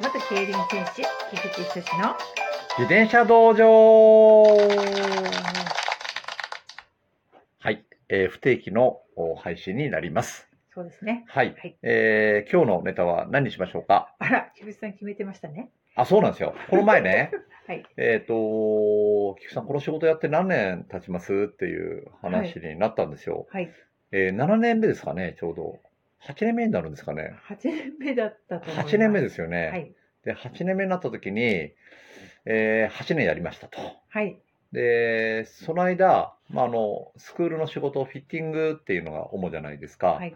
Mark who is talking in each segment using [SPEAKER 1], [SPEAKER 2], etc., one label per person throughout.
[SPEAKER 1] 元競輪選手菊池寿の
[SPEAKER 2] 自転車道場はい、えー不定期のお配信になります。
[SPEAKER 1] そうですね
[SPEAKER 2] はい、
[SPEAKER 1] はい
[SPEAKER 2] えー今日のネタは何にしましょうか
[SPEAKER 1] あら菊池さん決めてましたね
[SPEAKER 2] あ、そうなんですよ。この前 ね、
[SPEAKER 1] はい
[SPEAKER 2] えっ、と、菊池さん、この仕事やって何年経ちますっていう話になったんですよ。
[SPEAKER 1] はい
[SPEAKER 2] えー7年目ですかね、ちょうど。8年目になるんですかね。
[SPEAKER 1] 8年目だったと思います
[SPEAKER 2] 8年目ですすよね。
[SPEAKER 1] はい
[SPEAKER 2] で、8年目になった時に、えー8年やりましたと。
[SPEAKER 1] はい
[SPEAKER 2] で、その間、まあ、あの、スクールの仕事、フィッティングっていうのが主じゃないですか。
[SPEAKER 1] はい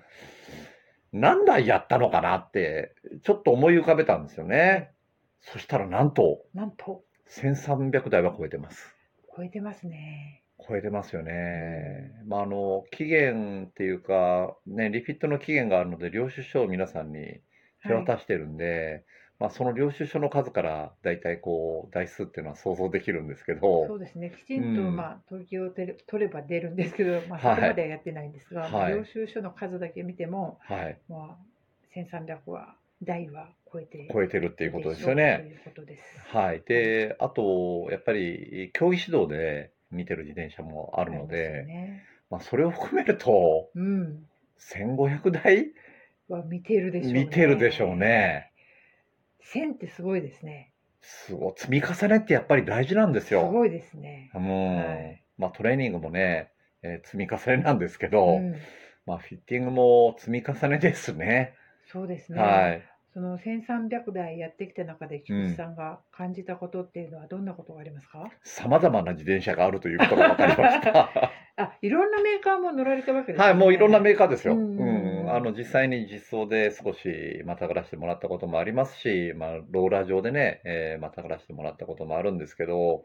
[SPEAKER 2] 何台やったのかなって、ちょっと思い浮かべたんですよね。そしたら、なんと、
[SPEAKER 1] なんと
[SPEAKER 2] 1300台は超えてます。
[SPEAKER 1] 超えてますね
[SPEAKER 2] 超えてますよね。まあ、あの、期限っていうか、ね、リフィットの期限があるので、領収書を皆さんに手
[SPEAKER 1] はい
[SPEAKER 2] 渡してるんで、まあ、その領収書の数から、だいたいこう、台数っていうのは想像できるんですけど。
[SPEAKER 1] そうですねきちんと、
[SPEAKER 2] うん
[SPEAKER 1] まあ統計を取れ取れば出るんですけど、まあ、そ
[SPEAKER 2] はい
[SPEAKER 1] こまではやってないんですが、
[SPEAKER 2] はい
[SPEAKER 1] まあ領収書の数だけ見ても、
[SPEAKER 2] はい。
[SPEAKER 1] まあ、1300は台は超えて
[SPEAKER 2] 超えてるっていうことですよ
[SPEAKER 1] でし
[SPEAKER 2] ね。
[SPEAKER 1] ょうということです
[SPEAKER 2] はい。で、あと、やっぱり、競技指導で見てる自転車もある
[SPEAKER 1] あ
[SPEAKER 2] の
[SPEAKER 1] りますよ
[SPEAKER 2] で、
[SPEAKER 1] ね
[SPEAKER 2] まあ、それを含めると、
[SPEAKER 1] うん
[SPEAKER 2] 1500台
[SPEAKER 1] は見てるでしょうね。
[SPEAKER 2] 見てるでしょうね。
[SPEAKER 1] 線ってすごいですね。
[SPEAKER 2] すごい。積み重ねってやっぱり大事なんです
[SPEAKER 1] す
[SPEAKER 2] よ。
[SPEAKER 1] ごいですね
[SPEAKER 2] う。ん。
[SPEAKER 1] はい
[SPEAKER 2] まあ、トレーニングもね、えー積み重ねなんですけ
[SPEAKER 1] う
[SPEAKER 2] ど、
[SPEAKER 1] ん、
[SPEAKER 2] まあ、フィッティングも積み重ねですね。
[SPEAKER 1] そうですね。
[SPEAKER 2] はい。
[SPEAKER 1] その1300台やってきた中で菊池さんが感じたことっていうのはどんなことがありますか？
[SPEAKER 2] 様々な自転車があるということが分かりました。
[SPEAKER 1] あ、いろんなメーカーも乗られたわけですね
[SPEAKER 2] はい、もういろんなメーカーですよ。
[SPEAKER 1] う
[SPEAKER 2] うんん、あの実際に実装で少しまたがらしてもらったこともありますし、まあローラー上でね、えーまたがらしてもらったこともあるんですけど、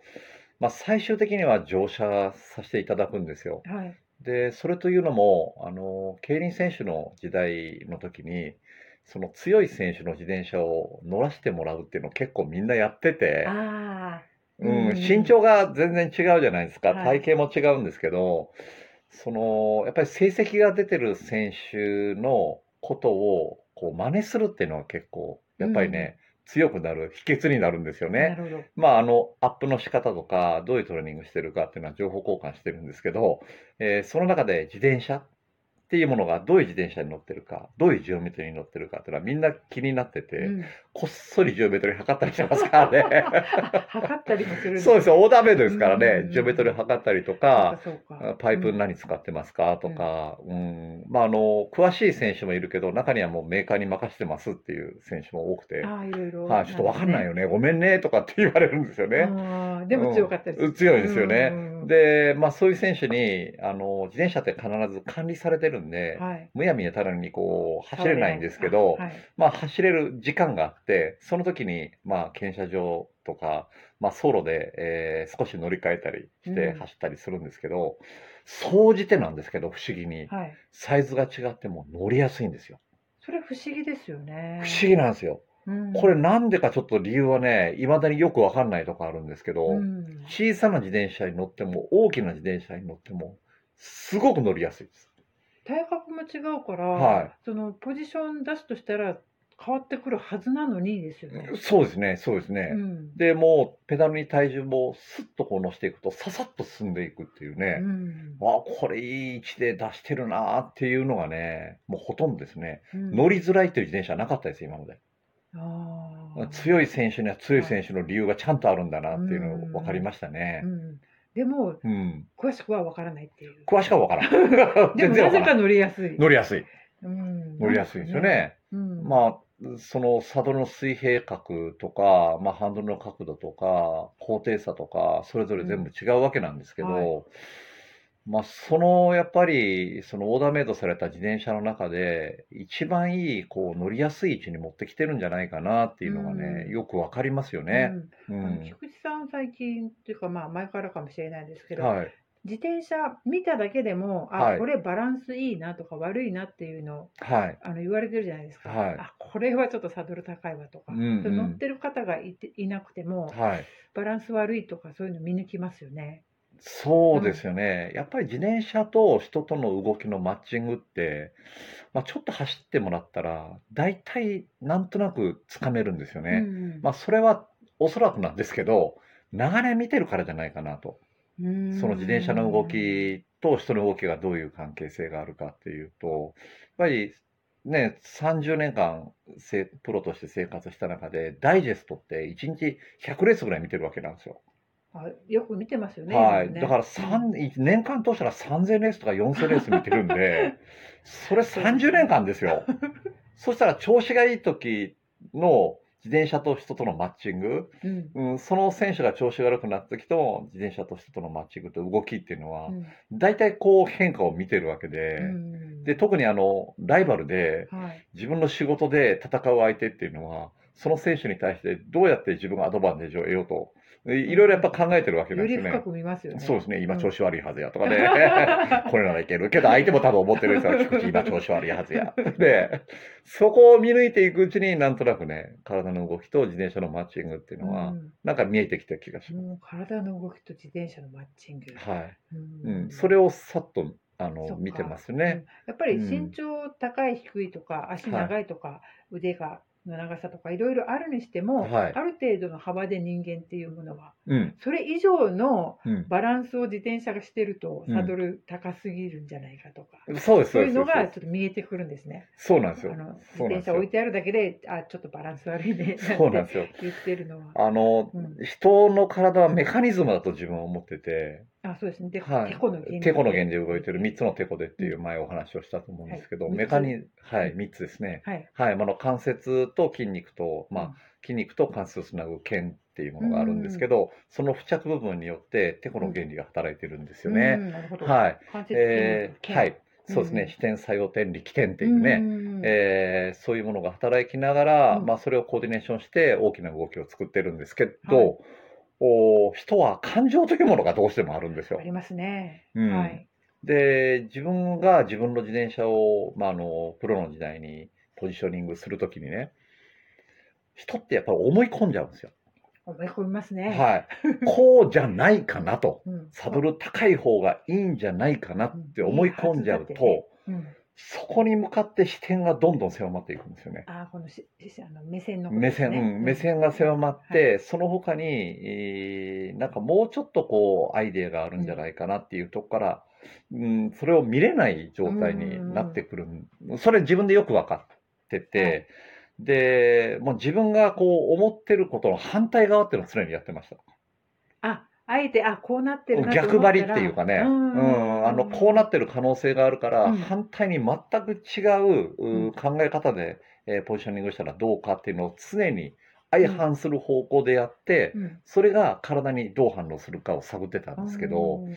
[SPEAKER 2] まあ最終的には乗車させていただくんですよ。
[SPEAKER 1] はい。
[SPEAKER 2] で、それというのも、あの競輪選手の時代の時に。その強い選手の自転車を乗らせてもらうっていうのを結構みんなやってて、
[SPEAKER 1] ああ、
[SPEAKER 2] うん、
[SPEAKER 1] うん
[SPEAKER 2] 身長が全然違うじゃないですか、
[SPEAKER 1] はい
[SPEAKER 2] 体型も違うんですけど、そのやっぱり成績が出てる選手のことをこう真似するっていうのは結構やっぱりね、強くなる秘訣になるんですよ
[SPEAKER 1] な
[SPEAKER 2] ね。
[SPEAKER 1] るほど。
[SPEAKER 2] まあ、あのアップの仕方とかどういうトレーニングしてるかっていうのは情報交換してるんですけど、えーその中で自転車っていうものがどういう自転車に乗ってるかどういうジオメトリーに乗ってるかっていうのはみんな気になってて、
[SPEAKER 1] うん、
[SPEAKER 2] こっそりジオメトリー測ったりしてますからね。
[SPEAKER 1] 測ったりもするん
[SPEAKER 2] そうですよ、オーダーメイドですから
[SPEAKER 1] うんうんう
[SPEAKER 2] ね
[SPEAKER 1] ん、
[SPEAKER 2] 10メートル測ったり
[SPEAKER 1] そ
[SPEAKER 2] と
[SPEAKER 1] う
[SPEAKER 2] か
[SPEAKER 1] か、そうか。
[SPEAKER 2] パイプ
[SPEAKER 1] うん
[SPEAKER 2] 何使ってますかとか、うん、まあ、あの、詳しい選手もいるけど、中にはもうメーカーに任せてますっていう選手も多くて、
[SPEAKER 1] ああ、いろいろ。
[SPEAKER 2] はい、ちょっとわかんないよね、ごめんねとかって言われるんですよね。
[SPEAKER 1] あーでも強かったり
[SPEAKER 2] うん強いですよね
[SPEAKER 1] うんうんうん
[SPEAKER 2] で、まあ、そういう選手に、あの、自転車って必ず管理されてるんで、
[SPEAKER 1] はい。
[SPEAKER 2] むやみやたらにこう、走れないんですけど、
[SPEAKER 1] はい、
[SPEAKER 2] まあ、走れる時間があって、その時に、まあ、検車場とか、まあ、走路で、えー少し乗り換えたりし
[SPEAKER 1] う
[SPEAKER 2] て
[SPEAKER 1] ん
[SPEAKER 2] 走ったりするんですけど、総じてなんですけど、不思議に、
[SPEAKER 1] はい。
[SPEAKER 2] サイズが違っても乗りやすいんですよ。
[SPEAKER 1] それ不思議ですよね。
[SPEAKER 2] 不思議なんですよ。
[SPEAKER 1] うん
[SPEAKER 2] これなんでかちょっと理由はね、未だによくわかんないとこあるんですけど、
[SPEAKER 1] うん
[SPEAKER 2] 小さな自転車に乗っても、大きな自転車に乗っても、すごく乗りやすいです。
[SPEAKER 1] 体格も違うから、
[SPEAKER 2] はい
[SPEAKER 1] そのポジション出すとしたら変わってくるはずなのにですよね。
[SPEAKER 2] そうですね、そうですね。
[SPEAKER 1] うん
[SPEAKER 2] でもうペダルに体重もスッとこう乗していくとささっと進んでいくってい
[SPEAKER 1] う
[SPEAKER 2] うね、
[SPEAKER 1] ん
[SPEAKER 2] あこれいい位置で出してるなーっていうのがねもうほとんどですね、
[SPEAKER 1] うん
[SPEAKER 2] 乗りづらいという自転車はなかったです今まで
[SPEAKER 1] あー
[SPEAKER 2] 強い選手には強い選手の理由がちゃんとあるんだなっていうの
[SPEAKER 1] うん
[SPEAKER 2] を分かりましたね
[SPEAKER 1] う、んでも
[SPEAKER 2] うん
[SPEAKER 1] 詳しくは分からないっていう。
[SPEAKER 2] 詳しくは分から ん
[SPEAKER 1] で
[SPEAKER 2] 全
[SPEAKER 1] も
[SPEAKER 2] 然
[SPEAKER 1] な
[SPEAKER 2] わ
[SPEAKER 1] ぜ
[SPEAKER 2] か
[SPEAKER 1] から
[SPEAKER 2] ん
[SPEAKER 1] 乗りやすい。
[SPEAKER 2] 乗りやすい
[SPEAKER 1] うん
[SPEAKER 2] 乗りやすいですよね、。
[SPEAKER 1] うん
[SPEAKER 2] まあ、そのサドルの水平角とか、まあ、ハンドルの角度とか、高低差とか、それぞれ全部違うわけなんですけど、
[SPEAKER 1] うんはい
[SPEAKER 2] まあ、そのやっぱり、そのオーダーメイドされた自転車の中で、一番いい、こう、乗りやすい位置に持ってきてるんじゃないかなっていうのがね、
[SPEAKER 1] うん
[SPEAKER 2] よくわかりますよね。う
[SPEAKER 1] うん
[SPEAKER 2] ん。
[SPEAKER 1] あの菊池さん最近っていうかまあ前からかもしれないですけど、
[SPEAKER 2] はい。
[SPEAKER 1] 自転車見ただけでもあ、
[SPEAKER 2] はい
[SPEAKER 1] これバランスいいなとか悪いなっていうのを
[SPEAKER 2] はい。
[SPEAKER 1] あの言われてるじゃないですか、
[SPEAKER 2] はい
[SPEAKER 1] あこれはちょっとサドル高いわとか、
[SPEAKER 2] うんうん
[SPEAKER 1] それ乗ってる方がいていなくても
[SPEAKER 2] はい。
[SPEAKER 1] バランス悪いとかそういうの見抜きますよね。
[SPEAKER 2] そううです
[SPEAKER 1] ん。
[SPEAKER 2] よね。やっぱり自転車と人との動きのマッチングって、まあ、ちょっと走ってもらったら、大体なんとなくつかめるんですよ
[SPEAKER 1] う
[SPEAKER 2] ね。
[SPEAKER 1] ん
[SPEAKER 2] まあ、それはおそらくなんですけど、長年見てるからじゃないかなと。
[SPEAKER 1] う
[SPEAKER 2] その自転車の動
[SPEAKER 1] ん。
[SPEAKER 2] きと人の動きがどういう関係性があるかっていうと、やっぱりね、30年間せプロとして生活した中で、ダイジェストって1日100レースぐらい見てるわけなんですよ。
[SPEAKER 1] うんあ、よく見てますよね、今も
[SPEAKER 2] はい。だか
[SPEAKER 1] ね。
[SPEAKER 2] ら
[SPEAKER 1] う
[SPEAKER 2] 三
[SPEAKER 1] ん。
[SPEAKER 2] 年間通したら3000レースとか4000レース見てる んで、それ
[SPEAKER 1] そうで
[SPEAKER 2] 30
[SPEAKER 1] す
[SPEAKER 2] 年
[SPEAKER 1] ね。
[SPEAKER 2] 間で すよ。そしたら調子がいい時の自転車と人とのマッチング、
[SPEAKER 1] うん。
[SPEAKER 2] うん、その選手が調子が悪くなった時と自転車と人とのマッチングと動きっていうの
[SPEAKER 1] う
[SPEAKER 2] は、
[SPEAKER 1] ん。
[SPEAKER 2] 大体こう変化を見てるわけ
[SPEAKER 1] う
[SPEAKER 2] で、で、
[SPEAKER 1] ん。
[SPEAKER 2] 特にあの、ライバルで
[SPEAKER 1] はい。
[SPEAKER 2] 自分の仕事で戦う相手っていうのは、その選手に対してどうやって自分がアドバンテージを得ようと、いいろいろやっぱ考えてるわけな
[SPEAKER 1] よ
[SPEAKER 2] んです
[SPEAKER 1] り
[SPEAKER 2] よ
[SPEAKER 1] 深
[SPEAKER 2] ね。
[SPEAKER 1] く見ますよ
[SPEAKER 2] そうで
[SPEAKER 1] ね。
[SPEAKER 2] すね、
[SPEAKER 1] う
[SPEAKER 2] 今調
[SPEAKER 1] ん。
[SPEAKER 2] 子悪いはずやとかね、これならいけるけど、相手も多分思ってるんですよ、菊池、今調子悪いはずや。で、そこを見抜いていくうちに、なんとなくね、体の動きと自転車のマッチングっていう
[SPEAKER 1] う
[SPEAKER 2] のは、
[SPEAKER 1] ん。
[SPEAKER 2] なんか見えてきた気がします。
[SPEAKER 1] もう体の動きと自転車のマッチング。
[SPEAKER 2] はい。
[SPEAKER 1] う
[SPEAKER 2] うん、そ
[SPEAKER 1] ん。
[SPEAKER 2] れをさっとあの
[SPEAKER 1] そっ
[SPEAKER 2] 見てま
[SPEAKER 1] か、
[SPEAKER 2] す
[SPEAKER 1] う
[SPEAKER 2] ね。
[SPEAKER 1] ん、やっぱ
[SPEAKER 2] う
[SPEAKER 1] り身
[SPEAKER 2] ん。
[SPEAKER 1] 長高い低いとか足
[SPEAKER 2] はい。
[SPEAKER 1] 長いとか腕がの長さとかいろいろあるにしても
[SPEAKER 2] はい。
[SPEAKER 1] ある程度の幅で人間っていうものは
[SPEAKER 2] うん。
[SPEAKER 1] それ以上の
[SPEAKER 2] うん。
[SPEAKER 1] バランスを自転車がしてると
[SPEAKER 2] う
[SPEAKER 1] サド
[SPEAKER 2] ん。
[SPEAKER 1] ル高すぎるんじゃないかとか
[SPEAKER 2] そうです、そ
[SPEAKER 1] そうういう
[SPEAKER 2] です、
[SPEAKER 1] の
[SPEAKER 2] そうです。そう
[SPEAKER 1] がち
[SPEAKER 2] で
[SPEAKER 1] ょっ
[SPEAKER 2] す
[SPEAKER 1] と見えてくるんですね。
[SPEAKER 2] そうなんです
[SPEAKER 1] あ
[SPEAKER 2] よ。
[SPEAKER 1] の自
[SPEAKER 2] そうなん
[SPEAKER 1] 転
[SPEAKER 2] です
[SPEAKER 1] 車置い
[SPEAKER 2] よ。
[SPEAKER 1] てあるだけであちょっとバランス悪いねな
[SPEAKER 2] そ
[SPEAKER 1] ん
[SPEAKER 2] うなん
[SPEAKER 1] て
[SPEAKER 2] ですよ。
[SPEAKER 1] 言ってるのは。
[SPEAKER 2] あの、
[SPEAKER 1] うん、
[SPEAKER 2] 人の体はメカニズムだと自分は思ってて、
[SPEAKER 1] あそうですね。で
[SPEAKER 2] は
[SPEAKER 1] て
[SPEAKER 2] い。
[SPEAKER 1] この原
[SPEAKER 2] テコ
[SPEAKER 1] 理
[SPEAKER 2] の原
[SPEAKER 1] で
[SPEAKER 2] 理で動
[SPEAKER 1] 動
[SPEAKER 2] い
[SPEAKER 1] い
[SPEAKER 2] て
[SPEAKER 1] て
[SPEAKER 2] る
[SPEAKER 1] る。
[SPEAKER 2] 3つのテコでって
[SPEAKER 1] う、
[SPEAKER 2] いうん前お話をしたと思うん
[SPEAKER 1] は
[SPEAKER 2] です
[SPEAKER 1] い
[SPEAKER 2] けど、メ
[SPEAKER 1] 6
[SPEAKER 2] カ
[SPEAKER 1] つ、
[SPEAKER 2] ニ、は
[SPEAKER 1] う
[SPEAKER 2] い、
[SPEAKER 1] ん
[SPEAKER 2] 3つですね。
[SPEAKER 1] はい、
[SPEAKER 2] はい。まああの関節と筋肉と、
[SPEAKER 1] う
[SPEAKER 2] まあ、
[SPEAKER 1] ん
[SPEAKER 2] 筋肉と関節をつなぐ腱っていうも
[SPEAKER 1] う
[SPEAKER 2] のがあるんですけ
[SPEAKER 1] ん、
[SPEAKER 2] ど、その付着部分によってテコ
[SPEAKER 1] う
[SPEAKER 2] の
[SPEAKER 1] ん、
[SPEAKER 2] 原理が働いてるんです
[SPEAKER 1] う
[SPEAKER 2] よね。
[SPEAKER 1] ん、なるほど。
[SPEAKER 2] はい。
[SPEAKER 1] 関節、筋肉、
[SPEAKER 2] えーは
[SPEAKER 1] 腱。
[SPEAKER 2] い。
[SPEAKER 1] う
[SPEAKER 2] そうですね。
[SPEAKER 1] ん
[SPEAKER 2] 非点作用点力点って
[SPEAKER 1] う
[SPEAKER 2] いうね、
[SPEAKER 1] ん。うん。
[SPEAKER 2] えーそういうものが働きなが
[SPEAKER 1] う
[SPEAKER 2] ら、ま
[SPEAKER 1] ん。
[SPEAKER 2] あ、それをコーディネーションして大きな動きを作ってるんですけ
[SPEAKER 1] はい。
[SPEAKER 2] ど、お人は感情というものがどうしてもあるんです
[SPEAKER 1] あ
[SPEAKER 2] よ。
[SPEAKER 1] りますね。
[SPEAKER 2] う
[SPEAKER 1] は
[SPEAKER 2] ん。
[SPEAKER 1] い。
[SPEAKER 2] で、自分が自分の自転車を、まあ、あの、プロの時代にポジショニングするときにね、人ってやっぱり思い込んじゃうんですよ。
[SPEAKER 1] 思い込みますね。
[SPEAKER 2] はい。こうじゃないかなと。
[SPEAKER 1] うん。
[SPEAKER 2] サド
[SPEAKER 1] わ、
[SPEAKER 2] ル高い方がいいんじゃないかな
[SPEAKER 1] う
[SPEAKER 2] っ
[SPEAKER 1] ん。
[SPEAKER 2] て
[SPEAKER 1] いい
[SPEAKER 2] 思い
[SPEAKER 1] は
[SPEAKER 2] 込ん
[SPEAKER 1] ず
[SPEAKER 2] じゃ
[SPEAKER 1] だっ
[SPEAKER 2] う
[SPEAKER 1] てね。
[SPEAKER 2] と、
[SPEAKER 1] うん。
[SPEAKER 2] そこに向かって視点がどんどん狭まっていくんですよね。
[SPEAKER 1] ああ、このし、し、あの、目線のこと
[SPEAKER 2] 目
[SPEAKER 1] です
[SPEAKER 2] 線、
[SPEAKER 1] ね。
[SPEAKER 2] うん、
[SPEAKER 1] う
[SPEAKER 2] 目
[SPEAKER 1] ん。
[SPEAKER 2] 線が狭まっ
[SPEAKER 1] はい。
[SPEAKER 2] て、その他に、えーなんかもうちょっとこう、アイデアがある
[SPEAKER 1] うん
[SPEAKER 2] じゃ
[SPEAKER 1] ん。
[SPEAKER 2] ないかなっていうとこから、うん、それを見れない状
[SPEAKER 1] う
[SPEAKER 2] 態になっ
[SPEAKER 1] ん。
[SPEAKER 2] てくる。それ自分でよく分かって
[SPEAKER 1] はい。
[SPEAKER 2] て、で、もう自分がこう思ってることの反対側っていうのを常にやってました。
[SPEAKER 1] あ、あえて、あ、こうなってるなと
[SPEAKER 2] 逆
[SPEAKER 1] 思っ
[SPEAKER 2] 張
[SPEAKER 1] た
[SPEAKER 2] りっていう
[SPEAKER 1] ら、
[SPEAKER 2] か
[SPEAKER 1] う。
[SPEAKER 2] ね、うん、あの、こうなんってる可能性があるか
[SPEAKER 1] う
[SPEAKER 2] ら、
[SPEAKER 1] ん。
[SPEAKER 2] 反対に全く違
[SPEAKER 1] う。
[SPEAKER 2] ううん考え方で、えーポジショニングしたらどうかっていうのを常に相
[SPEAKER 1] うん。
[SPEAKER 2] 反する方向でやって、
[SPEAKER 1] うん。
[SPEAKER 2] それが体にどう反応するかを探ってたん
[SPEAKER 1] う
[SPEAKER 2] ですけど、
[SPEAKER 1] ん。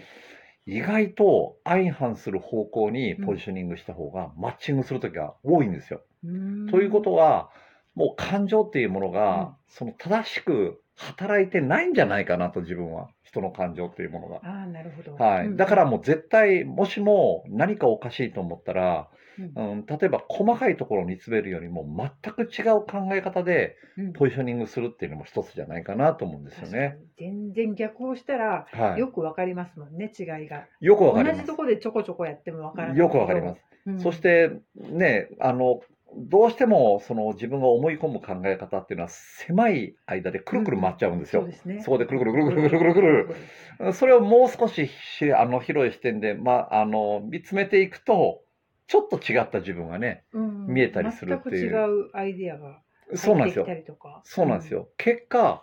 [SPEAKER 2] 意外と相反する方向に
[SPEAKER 1] う
[SPEAKER 2] ポジ
[SPEAKER 1] ん。
[SPEAKER 2] ショニングした方がマッチングするときが多いんですよ。
[SPEAKER 1] う
[SPEAKER 2] というこ
[SPEAKER 1] ん。
[SPEAKER 2] とは、もう感情っていうもの
[SPEAKER 1] う
[SPEAKER 2] が、
[SPEAKER 1] ん。
[SPEAKER 2] その正しく働いてないんじゃないかなと自分は、人の感情っていうものが。
[SPEAKER 1] ああ、なるほど。
[SPEAKER 2] は
[SPEAKER 1] う
[SPEAKER 2] い。
[SPEAKER 1] ん
[SPEAKER 2] だ
[SPEAKER 1] う
[SPEAKER 2] から
[SPEAKER 1] ん。
[SPEAKER 2] もう絶対、もしも何かおかしいと思ったら、
[SPEAKER 1] うん。
[SPEAKER 2] うん、例えば細かいところに詰めるよりも全く違う考え方で
[SPEAKER 1] うん。
[SPEAKER 2] ポジショニングするっていうのも一つじゃないかなと思うんですよ
[SPEAKER 1] 確か
[SPEAKER 2] ね。
[SPEAKER 1] に全然逆をしたら
[SPEAKER 2] は
[SPEAKER 1] よ
[SPEAKER 2] い。
[SPEAKER 1] くわかりますもんね違いが
[SPEAKER 2] よくわ
[SPEAKER 1] 同
[SPEAKER 2] かり
[SPEAKER 1] じ
[SPEAKER 2] ま
[SPEAKER 1] と
[SPEAKER 2] す。
[SPEAKER 1] こでちょこちょこやってもわからな
[SPEAKER 2] よ
[SPEAKER 1] い
[SPEAKER 2] くわ
[SPEAKER 1] け
[SPEAKER 2] かりま
[SPEAKER 1] ど、
[SPEAKER 2] す。
[SPEAKER 1] う
[SPEAKER 2] そし
[SPEAKER 1] ん、
[SPEAKER 2] て、ね、あの、どうしても、その自分が思い込む考え方っていうのは狭い間で
[SPEAKER 1] う
[SPEAKER 2] くる
[SPEAKER 1] ん
[SPEAKER 2] くる
[SPEAKER 1] う
[SPEAKER 2] 回っ
[SPEAKER 1] ん
[SPEAKER 2] ちゃうんです
[SPEAKER 1] そう
[SPEAKER 2] よ。
[SPEAKER 1] ですね
[SPEAKER 2] そこでく
[SPEAKER 1] う
[SPEAKER 2] るく
[SPEAKER 1] ん
[SPEAKER 2] るくる
[SPEAKER 1] くるく
[SPEAKER 2] くるくる
[SPEAKER 1] る
[SPEAKER 2] く
[SPEAKER 1] くるく
[SPEAKER 2] るくる
[SPEAKER 1] る
[SPEAKER 2] くる。それをもう少しひあの広い視点で、まあ、あの、見つめていくと、ちょっと違った自分がね、
[SPEAKER 1] う
[SPEAKER 2] 見え
[SPEAKER 1] ん
[SPEAKER 2] たりする
[SPEAKER 1] 全
[SPEAKER 2] っ
[SPEAKER 1] く
[SPEAKER 2] て
[SPEAKER 1] 違
[SPEAKER 2] いう。
[SPEAKER 1] うアイデアが入
[SPEAKER 2] そう
[SPEAKER 1] っ
[SPEAKER 2] なんで
[SPEAKER 1] て
[SPEAKER 2] す
[SPEAKER 1] きた
[SPEAKER 2] よ。
[SPEAKER 1] りとか、
[SPEAKER 2] そう
[SPEAKER 1] う
[SPEAKER 2] なんです
[SPEAKER 1] ん、
[SPEAKER 2] よ。結果、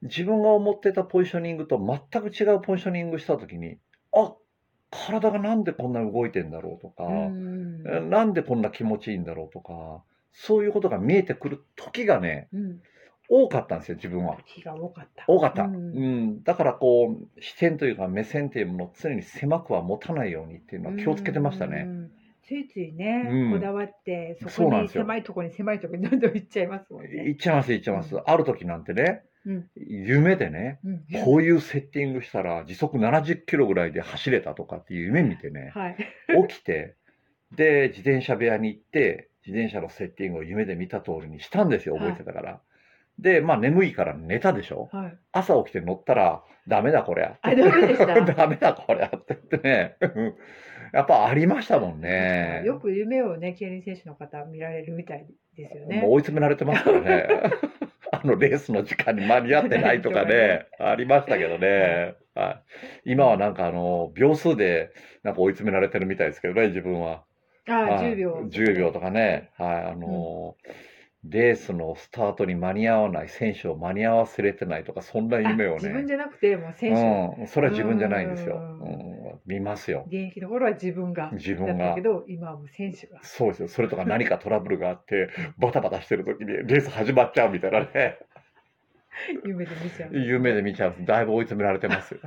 [SPEAKER 2] 自分が思ってたポジショニングと全く違うポジショニングしたときに、あ、体がなんでこんなに動いてんだろうと
[SPEAKER 1] う
[SPEAKER 2] か、え
[SPEAKER 1] ん
[SPEAKER 2] なんでこんな気持ちいいんだろうとか、そういうことが見えてくる時がね、
[SPEAKER 1] うん
[SPEAKER 2] 多かったんですよ、自分は。
[SPEAKER 1] 時が多かった、
[SPEAKER 2] 多かっ
[SPEAKER 1] う
[SPEAKER 2] た。うんん。だからこう、視点というか目線というものを常に狭くは持たないようにっていうの
[SPEAKER 1] う
[SPEAKER 2] は気をつけてましたね。
[SPEAKER 1] んついついうねこだ
[SPEAKER 2] ん。
[SPEAKER 1] わってそこ
[SPEAKER 2] そうなんで
[SPEAKER 1] に
[SPEAKER 2] すよ。
[SPEAKER 1] 狭いとこに狭いとこにどんどん行っちゃいますもんね
[SPEAKER 2] いっちゃいます、いっちゃいうます。
[SPEAKER 1] ん
[SPEAKER 2] ある時なんてね、
[SPEAKER 1] うん
[SPEAKER 2] 夢でね、
[SPEAKER 1] うん
[SPEAKER 2] こ
[SPEAKER 1] 夢
[SPEAKER 2] ういうセッティングしたら時速70キロぐらいで走れたとかっていう夢見てね、
[SPEAKER 1] はい
[SPEAKER 2] 起きて、で、自転車部屋に行って、自転車のセッティングを夢で見た通りにしたんですよ、覚え
[SPEAKER 1] は
[SPEAKER 2] てたから。で、まあ眠いから寝たでしょ
[SPEAKER 1] はい。
[SPEAKER 2] 朝起きて乗ったら、ダメだこりゃ。
[SPEAKER 1] あ、ダメでした。
[SPEAKER 2] ダ メだこりゃって言ってね。うんやっぱありましたもんね。
[SPEAKER 1] よく夢をね、競輪選手の方見られるみたいですよね。
[SPEAKER 2] もう追い詰められてますか らね。あのレースの時間に間に合ってないとか ね、ありましたけどね。はい、今はなんかあの、秒数でなんか追い詰められてるみたいですけどね、自分は。
[SPEAKER 1] ああ、
[SPEAKER 2] はい
[SPEAKER 1] 10秒。
[SPEAKER 2] 10秒とかね。はい、あの、レースのスタートに間に合わない、選手を間に合わせれてないとか、そんな夢
[SPEAKER 1] あ
[SPEAKER 2] を
[SPEAKER 1] 自分
[SPEAKER 2] ね。
[SPEAKER 1] じゃなくて、もう選手、
[SPEAKER 2] うん、それは自分じゃないんですよ。
[SPEAKER 1] う
[SPEAKER 2] うんん、見ますよ。
[SPEAKER 1] 現役の頃は自分が。
[SPEAKER 2] 自
[SPEAKER 1] だっ
[SPEAKER 2] 分
[SPEAKER 1] た
[SPEAKER 2] が
[SPEAKER 1] け。ど、今はもう選手が。
[SPEAKER 2] そうですよ。それとか何かトラブルがあって、バタバタしてる時にレース始まっちゃうみたいなね。
[SPEAKER 1] 夢で見ちゃう。
[SPEAKER 2] 夢で見ちゃう。だいぶ追い詰められてます よ。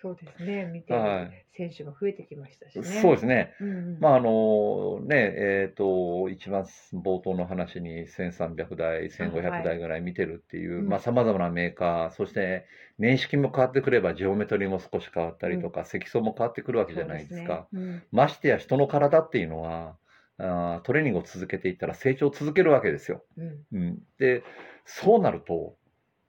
[SPEAKER 1] そうですね。見て
[SPEAKER 2] は
[SPEAKER 1] る選
[SPEAKER 2] い
[SPEAKER 1] 手も増えてきましたしね。
[SPEAKER 2] そうですね。
[SPEAKER 1] うんうん
[SPEAKER 2] まああのね、えっ、と、一番冒頭の話に1300台、
[SPEAKER 1] はい
[SPEAKER 2] 1500台ぐらい見てるっていう、
[SPEAKER 1] うん
[SPEAKER 2] まあさまざまなメーカー、そして年式も変わってくればジオメトリーも少し変わったりとか、積層も変わってくるわけじゃないですか。。
[SPEAKER 1] そうね
[SPEAKER 2] ましてや人の体っていうのは、あートレーニングを続けていったら成長を続けるわけですよ。
[SPEAKER 1] うんうん
[SPEAKER 2] うん、でそうなると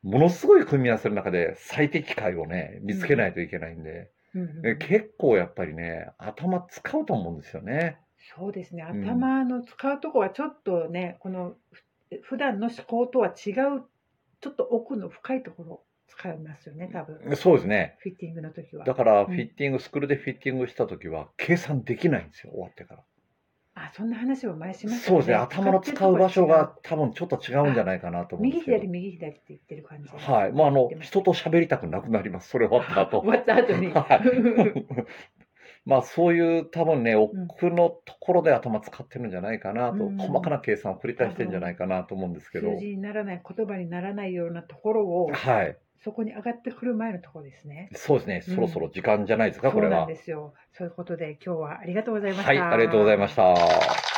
[SPEAKER 2] ものすごい組み合わせの中で最適解をね見つけないといけないんで、
[SPEAKER 1] うん
[SPEAKER 2] え
[SPEAKER 1] うん
[SPEAKER 2] 結構やっぱりね頭使うと思うんですよね。
[SPEAKER 1] そうですね。
[SPEAKER 2] うん
[SPEAKER 1] 頭の使うとこはちょっとね、このふ普段の思考とは違う、ちょっと奥の深いところを使いますよね、多分。
[SPEAKER 2] そうですね
[SPEAKER 1] フィッティングの時は
[SPEAKER 2] だ。から
[SPEAKER 1] ん
[SPEAKER 2] フィッティング、スクールでフィッティングした時は計算できないんですよ終わってから。
[SPEAKER 1] あ、そんな話を前しました
[SPEAKER 2] そうですね頭の使う場所。
[SPEAKER 1] 使ってるとこは違
[SPEAKER 2] が多分ちょっと違うんじゃないかなと思うん
[SPEAKER 1] 右
[SPEAKER 2] ですけ
[SPEAKER 1] 左
[SPEAKER 2] ど。
[SPEAKER 1] 右左って言ってる感じ。
[SPEAKER 2] はい、もうあの
[SPEAKER 1] 言ってました
[SPEAKER 2] 人と喋りたくなくなりますそれ終わった後
[SPEAKER 1] 終わった後に。
[SPEAKER 2] は まあそういう多分ね
[SPEAKER 1] ん
[SPEAKER 2] 奥のところで頭使ってるんじゃないかなと、
[SPEAKER 1] うん
[SPEAKER 2] 細かな計算を繰り返してるんじゃないかなと思うんですけど、
[SPEAKER 1] 数字にならない言葉にならないようなところ を
[SPEAKER 2] はい
[SPEAKER 1] そこに上がってくる前のところですね。
[SPEAKER 2] そうですね
[SPEAKER 1] うん
[SPEAKER 2] そろそろ時間じゃないですか、
[SPEAKER 1] そ
[SPEAKER 2] こ
[SPEAKER 1] う
[SPEAKER 2] れ
[SPEAKER 1] な
[SPEAKER 2] は
[SPEAKER 1] んですよ。そういうことで今日はありがとうございました。
[SPEAKER 2] はいありがとうございました。